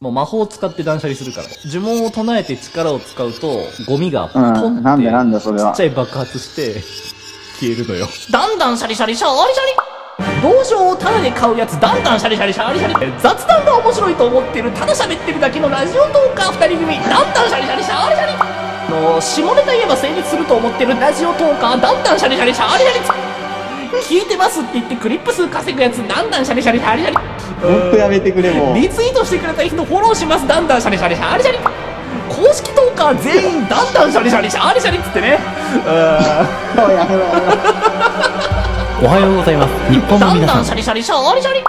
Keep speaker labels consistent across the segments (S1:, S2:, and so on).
S1: もう魔法を使って断捨離するから。呪文を唱えて力を使うと、ゴミがポン
S2: うん。
S1: っ
S2: なん
S1: て、
S2: でなんだそれ
S1: ちっ
S2: は
S1: ちゃ。い爆発して、消えるのよ。
S3: だんだんシャリシャリシャーリシ
S1: 道場をタダで買うやつ、だんだんシャリシャリシャリシャリ。雑談が面白いと思ってる、ただ喋ってるだけのラジオトーカー二人組、だんだんシャリシャリシャリシャリ。あの、下ネタ言えば成立すると思ってるラジオトーカー、だんだんシャリシャリシャリシャリ。聞いてますって言ってクリップ数稼ぐやつ、だんだんシャリシャリシャリシャリ。
S2: ほんとやめてくれもう。
S1: リツイートしてくれた人フォローしますだんだんシャリシャリシャリシャリ公式トーカー全員だんだんシャリシャリシャリシャリっつってね
S2: もうやめろやめろ。
S4: おはようございます。日本
S3: ャリだん
S4: の皆
S3: だ
S4: さ
S3: ん
S4: ん。
S3: シャリシャリシャーリシャリ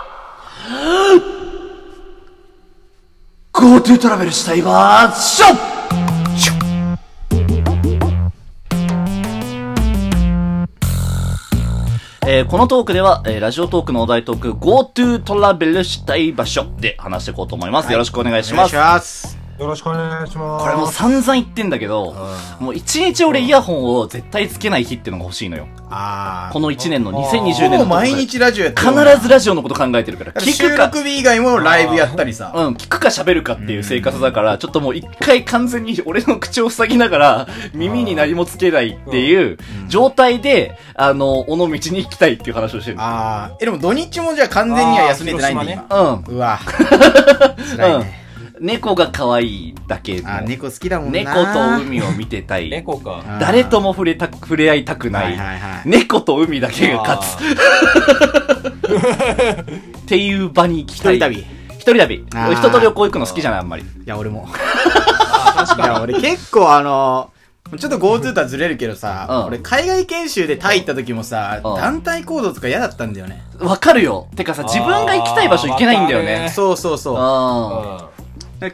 S1: GoTo トラベルしたいバーションえーこのトークでは、えーラジオトークのお題トーク GoTo トラベルしたい場所で話していこうと思います。よろしくお願いします。
S5: ます。
S6: よろしくお願いします。
S1: これもう散々言ってんだけど、もう一日俺イヤホンを絶対つけない日ってのが欲しいのよ。
S5: あー
S1: この1年の
S5: ほ
S1: 2020年
S5: ぼ
S1: の
S5: 毎日ラジオやって
S1: 必
S5: るな
S1: ずラジオのこと考えてるから、聞く
S5: 収
S1: か、
S5: 録日以外もライブやったりさ。
S1: うん、聞くか喋るかっていう生活だから、ちょっともう一回完全に俺の口を塞ぎながら、耳に何もつけないっていう状態で、あの、尾道に行きたいっていう話をしてる。
S5: ああ。え、でも土日もじゃあ完全には休めてないんだ、
S6: あ
S5: 今。
S6: ー
S1: うん。
S5: うわ。辛い
S1: うん
S5: ね。。
S1: 猫が可愛いだけの
S5: あー、猫好きだもんな。
S1: 猫と海を見てたい。
S6: 猫か。
S5: あー
S1: 誰とも触れた、触れ合いたくな。
S5: はいいはいはい。
S1: 猫と海だけが勝つ。っていう場に行き
S5: 一
S1: たい。
S5: 人旅。い
S1: 一人旅。
S5: あー
S1: 人と旅行行くの好きじゃない、あんまり。
S5: や、俺も。いや、俺結構あのー、ちょっと GoTo とはずれるけどさ、
S1: うん
S5: 俺海外研修でタイ行った時もさ、
S1: うん
S5: 団体行動とか嫌だったんだよね。
S1: わかるよ。てかさ、自分が行きたい場所行けないんだよ
S6: あーわか
S1: ね
S6: る。
S5: そうそうそう。
S1: あ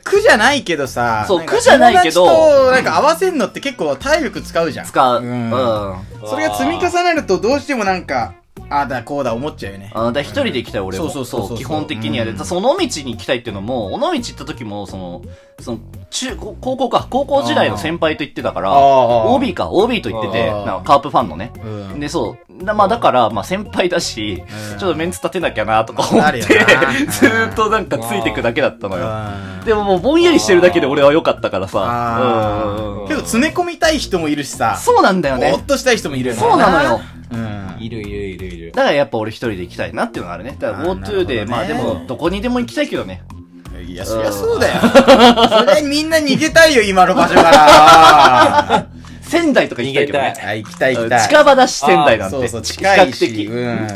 S5: 苦じゃないけどさ、
S1: そう
S5: なんか
S1: 苦じゃないけど
S5: 友達となんか合わせんのって結構体力使うじゃん。
S1: あ。使う。
S5: う
S1: うんん。あ
S5: それが積み重なるとどうしてもなんか、ああだこうだ思っちゃうよね。
S1: だから一人で行きたい、俺も。
S5: そうそうそうそう
S1: 基本的にはね。
S5: うん
S1: その道に行きたいっていうのも、尾道行った時も、その、その、中、高高校か、高校時代の先輩と行ってたから、
S5: あー
S1: OB か、OB と行ってて、
S5: あー
S1: なんかカープファンのね。
S5: うん。
S1: で、そう。だまあ、だから、まあ、先輩だし、
S5: うん
S1: ちょっとメンツ立てなきゃな、とか思
S5: まあ
S1: っ
S5: な
S1: て、
S5: る
S1: ず
S5: よな
S1: ーっとなんかついてくだけだったのよ。
S5: うん
S1: でももう、ぼんやりしてるだけで俺は良かったからさ。
S5: あ
S1: うんうんうん
S5: ー結構詰め込みたい人もいるしさ、
S1: そうなんだよ
S5: ぼー
S1: ね
S5: っ。としたい人もいるよね。
S1: そうなのよ。
S5: うん。
S6: いるいるいるいる。
S1: だからやっぱ俺一人で行きたいなっていうのがあるね。だから
S5: あーな
S1: GoTo
S5: るほど
S1: で、
S5: ね
S1: まあでも、どこにでも行きたいけどね。
S5: いや、そりゃそうだよ。それみんな逃げたいよ、今の場所 から。
S1: 仙台とか行きたいけどね
S6: 逃。げ
S5: あ行きたい行
S1: う
S5: き
S1: ん
S5: たい。
S1: 近場だし仙台なん
S5: そう
S1: て。
S5: そう、近いし。
S1: 比較的。
S5: うん。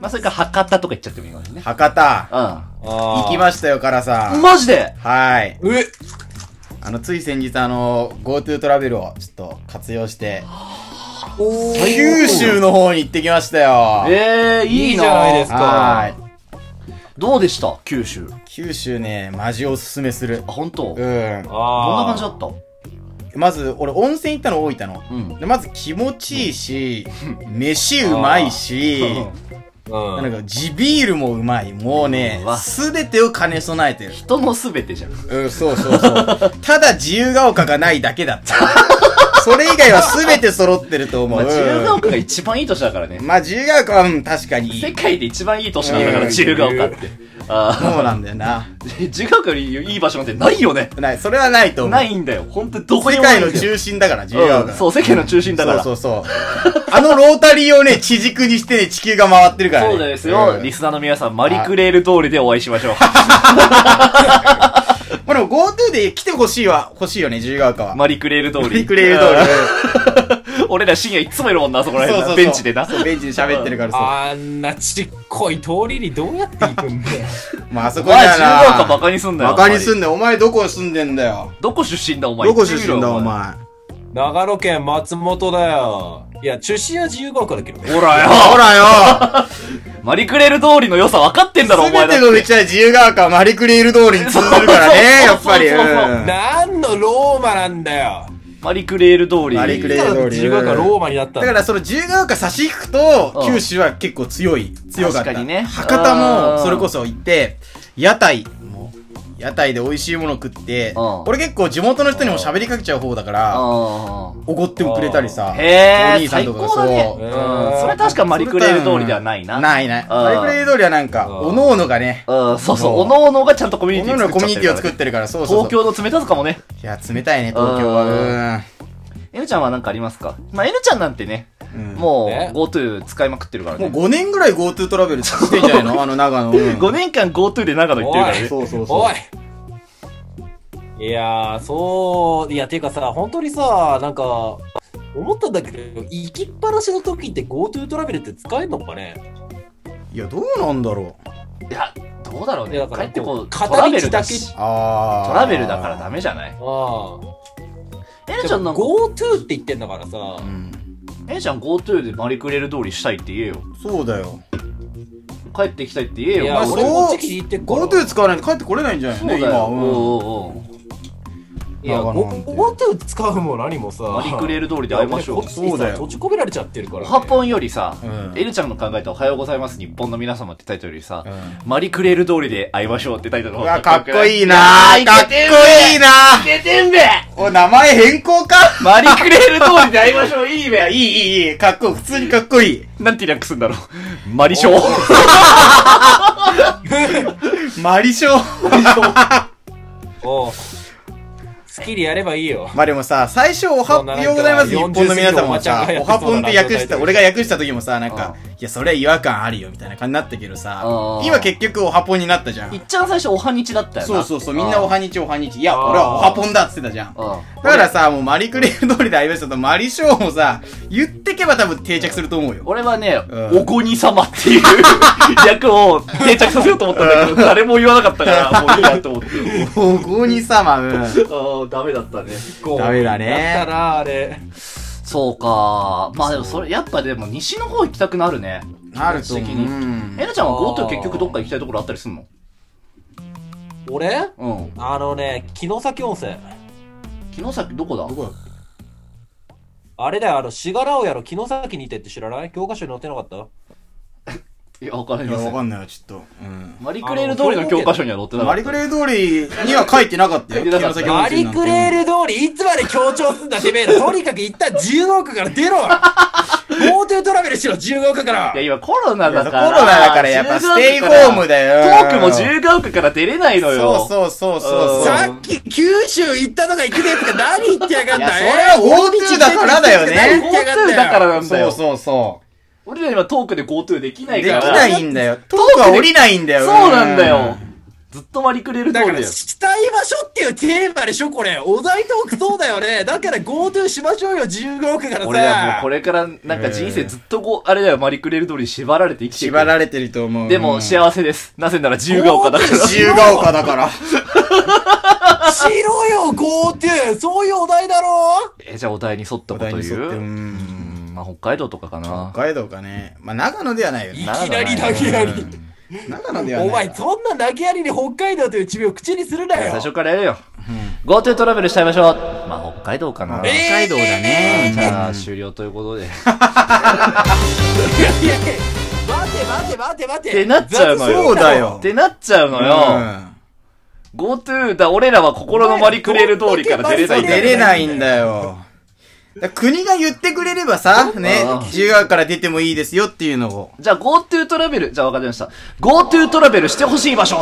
S1: まあそれから博多とか行っちゃってもいいかもしれないね。
S5: 博多。
S1: う
S6: 行
S5: 行きましたよ、からさ
S1: ん。。マジで
S5: はい。
S6: え
S5: あの、つい先日、あの、GoTo トラベルをちょっと活用して、
S6: おー
S5: 九州の方に行ってきましたよ。
S1: ええ、いい
S6: いいじゃないで
S1: な
S6: す
S5: は
S6: か。
S5: ーい。
S1: どうでした九州。
S5: 九州ね、マジおすすめする
S1: あ、。本当
S5: う
S1: どん
S5: ん。
S6: あ
S1: な
S6: あ
S1: 感じだったう
S5: まず、俺、温泉行ったの大分の。
S1: ん。
S5: でまず、気持ちい いし、飯うまいし、
S6: う
S5: なん
S6: ん。
S5: か、地ビールもうまい。もうね
S1: うわ、
S5: すべてを兼ね備えてる。
S1: 人のすべてじゃん。
S5: うん、そうそう そう。ただ、自由が丘がないだけだった。それ以外はすべて揃ってると思
S1: ま
S5: う。
S1: あ、自由が丘が一番いい年だからね。
S5: まあ、自由が丘は、うん、確かにいい。
S1: 世界で一番いい年なんだから、
S5: うん
S1: 自由が丘って。あ
S5: そうなんだよな。
S1: あ、自由が丘よりいい場所なんてないよね。
S5: ない、それはないと思う。
S1: ないんだよ。本当にどこに
S5: 世
S1: もない
S5: 界
S1: んだよ
S5: の中心だから、自由が
S1: う
S5: 丘。
S1: ん、そう、世界の中心だから。
S5: そうそうそう。あのロータリーをね、地軸にしてね、地球が回ってるからね。
S1: そうですよ、
S5: ん
S1: リスナーの皆さん、マリクレール通りでお会いしましょう。
S5: まあでも GoTo で来てほしいわ、欲しいよね、自由が丘は。
S1: マリクレール通り。
S5: マリクレール通
S1: 俺ら深夜いっつもいるもんな、そこら
S5: り。そう
S1: 辺な。
S5: そうそ
S1: ベン
S5: う
S1: チでな。
S5: そうベンチで喋ってるからさ。
S6: あんなちっこい通りにどうやって行くんだよ。
S5: まあ、あそ
S1: お
S5: こだ
S1: 前、
S5: よ
S1: 自由が丘
S5: な。
S1: バカにすんなよ。
S5: バカにす
S1: ん
S5: んだよ。お前どこ住んでんだよ。
S1: どこ出身だ、お前。
S5: どこ出身だ、お
S1: 言っ
S5: 前。
S6: 長野県松本だよ。いや、出身は自由が丘だけど
S1: て
S6: ね。
S1: みろよ。ほ らよ。
S5: ほら よ
S1: マリクレール通りの良さ分かってんだろ、お
S5: すべ
S1: 前だ
S5: て
S1: っ
S5: の道
S1: て。
S5: は自由が丘はマリクレール通りに通ずるからね、やっぱ り。
S1: そうそうそうそう
S5: うん
S6: なんのローマなんだよ。
S1: マリクレール通り。
S5: マリクレール通り
S6: 自由が丘ローマになった
S5: だ
S6: ん
S5: か
S6: だ。
S5: らその自由が丘差し引くと
S1: うん、
S5: 九州は結構強い。強かった。
S1: 確かにね
S5: 博多
S1: うん
S5: も、それこそ行って、屋台、もう、屋台で美味しいもの食って、
S1: うん
S5: 俺結構地元の人にも喋りかけちゃう方だから、
S1: あ
S5: おごってもくれたりさ、
S1: あ。へ
S5: お
S1: え、
S5: 兄さん
S1: 最
S5: とか
S1: 高
S5: が
S1: だね。
S5: そう
S6: う
S1: うんん。それ確かマリクレール通りではないな。
S5: ないな
S1: う
S5: い。
S1: ん
S5: マリクレー通りはなんか、
S6: うん
S5: おのおのがね、
S1: うん、そうそう。おのおのがちゃんとコミュ
S5: お
S1: ニテ
S5: の
S1: ィ
S5: お
S1: 作
S5: の
S1: っ
S5: コ
S1: ちゃっ
S5: ミュ
S1: てる
S5: ニティ
S1: から
S5: を作ってるから、そうそうそう。
S1: 東京の冷たさかもね。
S5: いや、冷たいね、東京は。うん。
S1: N ちゃんはなんかありますかまあ、N ちゃんなんてね、もう
S6: ね
S1: GoTo 使いまくってるから
S5: も
S1: ね。
S5: う5年ぐらい GoTo トラベルしてんじゃないのあの長野。うん
S1: 5年間 GoTo で長野行ってるからね。
S2: そうそうそう。
S6: おいいやー、そう、いや、ていうかさ、本当にさ、なんか、思ったんだけど、行きっぱなしの時って GoTo トラベルって使えんのかね
S5: いや、どうなんだろう。
S1: いや、どうだろう
S6: い
S1: ね
S6: や。だか
S1: 帰
S6: ら
S1: ってこう、
S6: こう
S1: トラベルだ
S6: 片道
S1: し。
S5: あー。
S1: トラベルだからダメじゃない
S6: ああ。
S1: ?N ちゃんなんか、
S6: GoTo って言ってんだからさ、
S5: うん。
S1: N ちゃん GoTo でマリクレール通りしたいって言えよ。
S5: そうだよ。
S1: 帰ってきたいって言え
S6: い
S1: よ。
S6: や、
S5: お前
S6: 俺
S5: そう
S6: こっち聞いてっから。
S5: GoTo 使わないと帰ってこれないんじゃない
S1: そ
S5: の
S1: うだよ。
S5: ね、今。
S1: お
S5: うん
S1: うおうおう
S6: いや、
S5: 長野なんて
S6: GoTo 使うも何もさ、
S1: マリクレール通りで会いましょう
S6: いや俺こっちに
S5: そう
S6: さ
S5: だよ
S6: 閉じ込められちゃってるから、
S1: お
S6: ね。
S1: はぽんよりさ、
S5: うん
S1: N ちゃんの考えたおはようございます日本の皆様ってタイトルよりさ、
S5: う
S1: マリクレール通りで会いましょうってタイトルの
S5: う
S1: 方
S5: わ、
S1: が
S5: かっこいいな
S1: ー
S5: かっこいいな
S1: 出てんべ
S5: お、名前変更か
S1: マリクレール通りで会いましょういい
S5: いや、
S1: べ
S5: いい、いい、いい。かっこいい。普通にかっこいい。
S1: なんて略すんだろう。マリショー。
S5: マリショー。
S6: おうスッキリやればいいよ。
S5: まあでもさ、最初、おは
S6: そんななん
S5: よ
S6: か
S5: うございます、日本の皆様も
S6: 40
S5: さ
S6: 過ぎ、の
S5: お
S6: おばちゃんがや
S5: は
S6: ってそう
S5: ぽん
S6: な
S5: って訳した、
S6: うん
S5: 俺が訳した時もさ、なんか
S1: う、
S5: いや、それは違和感あるよ、みたいな感じになったけどさ
S1: う、ん
S5: 今結局おはぽんになったじゃ
S1: いっ
S5: ん。
S1: ちゃん最初おはにちだったよな。
S5: そうそうそう、みんなお
S1: は
S5: はにちおはにち。いや、
S6: あー
S5: 俺はおはぽんだって言ってたじゃん。だ
S1: うん。
S5: からさ、もうマリクレール通りで会いましたと、マリショーもさ、言ってけば多分定着すると思うよ。
S1: 俺はね、
S5: うん
S1: おごに様っていう役を定着させようと思ったんだけど、誰も言わなかった から、もういいやと思って。
S5: おごに様、うん。
S1: ああ、ダメだったね。
S5: ダメだね
S6: やったな、あれ。
S1: そうか。まあでもそれ、やっぱでも西の方行きたくなるね。
S5: あると
S1: 気持ち的
S5: 思う。
S1: に
S5: うん
S1: えなちゃんは GoTo
S6: あー
S1: 結局どっか行きたいところあったりすんの
S6: 俺
S1: うん。
S6: あのね、城崎温泉。
S1: 城崎どこだ
S5: どこだ
S6: あれだよ、あの、しがらをやろ、城崎にてって知らない教科書に載ってなかった
S1: いや、わかり
S5: い
S1: ま
S5: や、
S1: せ
S5: わか
S1: ん。
S5: んないわ、ちょっと。うん。
S1: マリクレール通りの教科書には載ってなか
S5: マ
S1: っ
S5: リクレール通りには書いてなかったよ。
S1: 書いてなかった
S5: 城
S6: マ
S5: 崎温泉
S6: リ
S5: なんて
S6: クレール通り、いつまで強調すんだ、てめえら。とにかく一旦15億から出ろ !GoTo トラベルしろ、15億から
S1: た。いや、今コロナだから。
S5: コロナだからやっぱステイホームだよ
S1: トークも自由が丘から出れないのよ。う。
S5: そうそうそうそう。
S1: うん
S5: さ
S6: さっき九州行ったとか行くねとか何言ってやがん
S5: いや
S6: だ
S5: それは GoTo だからだよね
S1: GoTo だからなんだ
S5: そう
S1: よ。
S5: そうそ
S1: 俺ら今トークで GoTo でき
S5: う。
S1: な
S5: で
S1: い
S5: き
S1: から。
S5: ないんだよ。トークは降りないんだよ。
S1: そうなんだよ。ずっとマリクレール通
S6: だ
S1: り
S6: か
S1: だ
S6: ら、
S1: よ。
S6: したい場所っていうテーマでしょ、これ。お題トークそうだよね。だから GoTo しましょうよ、15億からさ。
S1: 俺らもうこれからなんか人生ずっとこう、あれだよ、マリクレール通りに縛られて生きていく。
S5: 縛られてると思う。
S1: でも幸せです。なぜなら自由が丘だから。
S5: 自由が丘だから。
S6: しろよ、GoTo! そういうお題だろ
S1: え、じゃあお題に沿ったこと言
S5: に沿って。
S1: うう
S5: う
S1: ん
S5: ん。
S1: まあ、北海道とかかな。
S5: 北海道かね。まあ、長野ではないよ
S6: いき
S5: ね。
S6: なり投げやり。
S5: 長野ではない。
S6: お前、そんな投げやりに北海道という地名を口にするな
S1: 最
S6: よ。
S1: 初からやれよ。GoTo トラベルしちゃいましょう。まあ、北海道かな。
S5: 北海道だね。
S1: じゃあ、終了ということ で。
S6: いやいやいや待て待て待て待て。
S1: ってなっちゃうのよ。
S5: そうだよ
S1: ってなっちゃうのよ。
S5: うん
S1: GoTo だ、俺らは心のマリクレール通りから出れないんだ
S5: 出
S1: よ。
S5: れないんだよ。だから国が言ってくれればさ、ね
S1: うん、
S5: 自由が丘から出てもいいですよっていうのを。
S1: じゃあ GoTo トラベル、じゃあ分かりました。GoTo トラベルしてほしい場所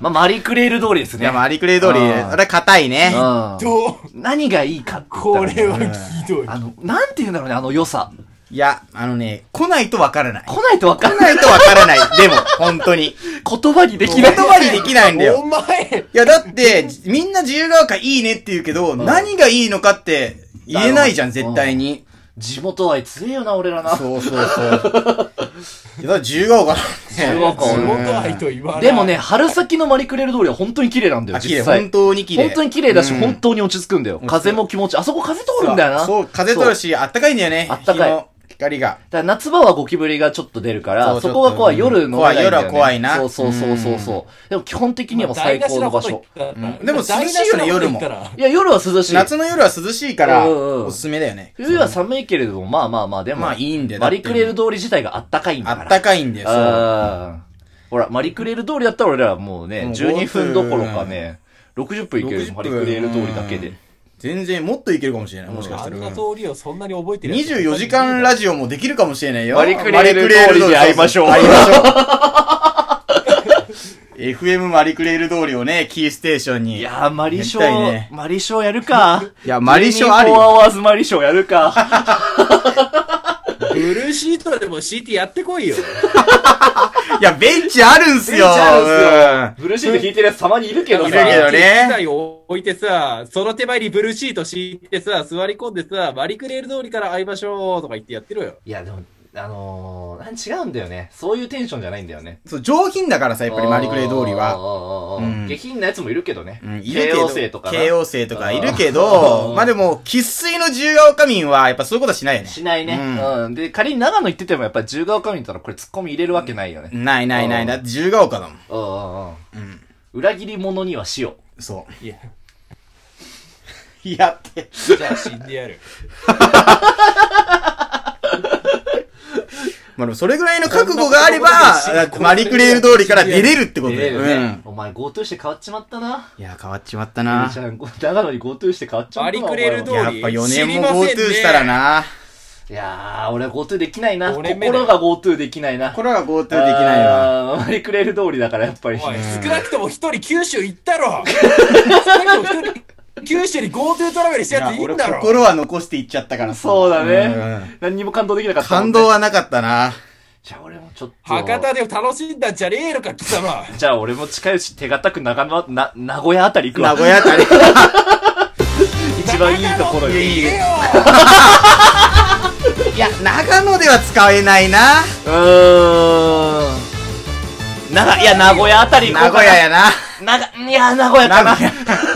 S1: まあ、マリクレール通りです
S5: い
S1: ね。
S5: や、まあ、リクレー通り、
S1: うん
S5: あれ硬いね。
S1: うん。
S6: どう
S1: 何がいいかって言ったら
S6: これはひどい。
S1: あの、なんて言うんだろうね、あの良さ。
S5: いや、あのね、来ないとわからない。来
S1: 来ないと分かんない。
S5: ないとわからない。でも、本当に。
S1: 言葉にでき
S5: 言
S1: ない。
S5: 葉にできないんだ
S6: お
S5: よ。
S6: 前、
S5: いや、だって、みんな自由が丘いいねって言うけど、何がいいのかって言えないじゃん、
S1: なるほ
S5: 絶
S1: ど
S5: 対に。
S1: 地元愛強えよな、俺らな。
S5: そうそ うそう。いや、だから自由が丘なんて
S1: 自由が丘
S6: 地
S1: うん
S6: 元愛と言わない。
S1: でもね、、春先のマリクレール通りは本当に綺麗なんだよ、
S5: あ綺麗、
S1: 実際。
S5: 本当に綺麗。
S1: 本当に綺麗だし、
S5: うん
S1: 本当に落ち着くんだよ。風も気持ちいい。あそこ風通るんだよな。
S5: そう、風通るし、あったかいんだよね。
S1: あったかい
S5: 日の光が。
S1: だから夏場はゴキブリがちょっと出るから、
S5: そう
S1: そこは怖い。
S5: ちょっと
S1: 夜の方がいいんだよ、ね。
S5: 怖い夜は怖いな
S1: そうそうそうそうそう。でも基本的にはもう最高の場所。。
S5: うんでも涼しいよね夜も
S1: いや、夜は涼しい。
S5: 夏の夜は涼しいから、
S1: うんうんうん
S5: おすすめだよね。
S1: 冬は寒いけれども、まあまあまあ、でも。
S5: まあいいんだよ
S1: マリクレール通り自体があったかいんだ
S5: あ
S1: から。
S5: った
S1: か
S5: かいんだよ、そう。
S1: あほら、マリクレール通りだったら俺らはもうね、
S5: もう
S1: 12分どころかね、60分いける
S5: 60
S1: マリクレール通りだけで。
S5: 全然もっといけるかもしれない。もしかし
S6: あ
S5: たら。
S6: んな通
S5: うん
S6: りをそんなに覚えてるやつ
S5: 24時間ラジオもできるかもしれないよ。
S1: マリクレール通りで会いましょう
S5: マリクレール通りそうそう会いましょう。FM マリクレール通りをね、キーステーションに。
S1: いやー、マリショ
S5: やりたい
S1: ー、
S5: ね
S1: マリショーやるか。
S5: いや マリショーある
S1: フ
S5: よ
S1: ォアワーズマリショーやるか。
S6: ブルーシートでも CT やってこいよ。
S5: いや、ベンチあるんすよ。
S1: ベンチあ
S5: うん
S1: ブルーシート引いてるやつたまにいるけど
S5: い
S1: さ。
S5: るけどね
S6: 機材を置いてさ、その手前にブルーシート敷いてさ、座り込んでさ、マリクレール通りから会いましょうとか言ってやってろよ。
S1: いや、でも、あのー、違うんだよね。そういうテンションじゃないんだよね。
S5: そう、上品だからさ、やっぱりマリクレー通りは。
S1: は
S5: うん
S1: 下品なやつもいるけどね。
S5: うん、いるけど。
S1: 京王生とかな。
S5: 京王生とかいるけ
S1: う
S5: ど
S1: ん、
S5: まあでも、喫水の自由が丘民は、やっぱそういうことはしないよね。
S1: しないね、
S5: う
S1: うん。で、仮に長野行っててもやっぱり十ヶ丘民たらこれ突っ込み入れるわけないよね。
S5: ないないな
S1: う
S5: い。
S1: ん
S5: だって自由が丘だもん。
S1: うんうんうん。
S5: うん。
S1: 裏切り者には死を。
S5: そ
S6: いや、
S5: う。いやって。
S6: じゃあ死んでやる。
S5: まあでもそれぐらいの覚悟があれば
S6: そんなことで、
S5: マリクレール通りから出れるってこと
S1: 出れ
S5: だよ
S1: るね
S5: ね。。
S1: お前 GoTo して変わっちまったな。
S5: いや、変わっちまった
S1: ゆ
S5: な
S1: うち。ゃん、ご長野に GoTo して変わっちまったな。
S6: マリクレール
S1: お
S6: 通
S1: 前は
S6: り
S5: やっぱ4
S6: 知り
S5: 年も
S6: ませんね
S5: GoTo したらな。
S1: いやー、俺は GoTo できないな。
S6: 五年目だ
S1: 心
S6: よ
S1: が GoTo できないな。
S5: これは GoTo できないわ。
S1: あーマリクレール通りだからやっぱり。
S6: おい、
S1: い
S6: 少なくとも一人九州行ったろ少なくとも一人九州に GoTo トラベルし
S5: い
S6: たや
S5: や
S6: ついい
S5: 俺
S6: んだろ
S5: 心は残していっちゃったからさ
S1: そうだね、
S5: うん
S1: 何にも感動できなかったもんね、
S5: 感動はなかったな。
S1: じゃあ俺もちょっと。
S6: 博多でも楽しんだんじゃねえのか、貴様。
S1: じゃあ俺も近いうち手堅く長野、な、名古屋あたり行く
S5: 名
S1: わ。
S5: 古屋あたり。
S1: 一番いいところに。
S6: 行けよ
S5: いや、長野では使えないな。
S1: うーん。な、いや、名古屋あたり行こう
S5: 名
S1: かな
S5: 古屋やな。
S1: なが、いや、名古屋かな。
S5: 名古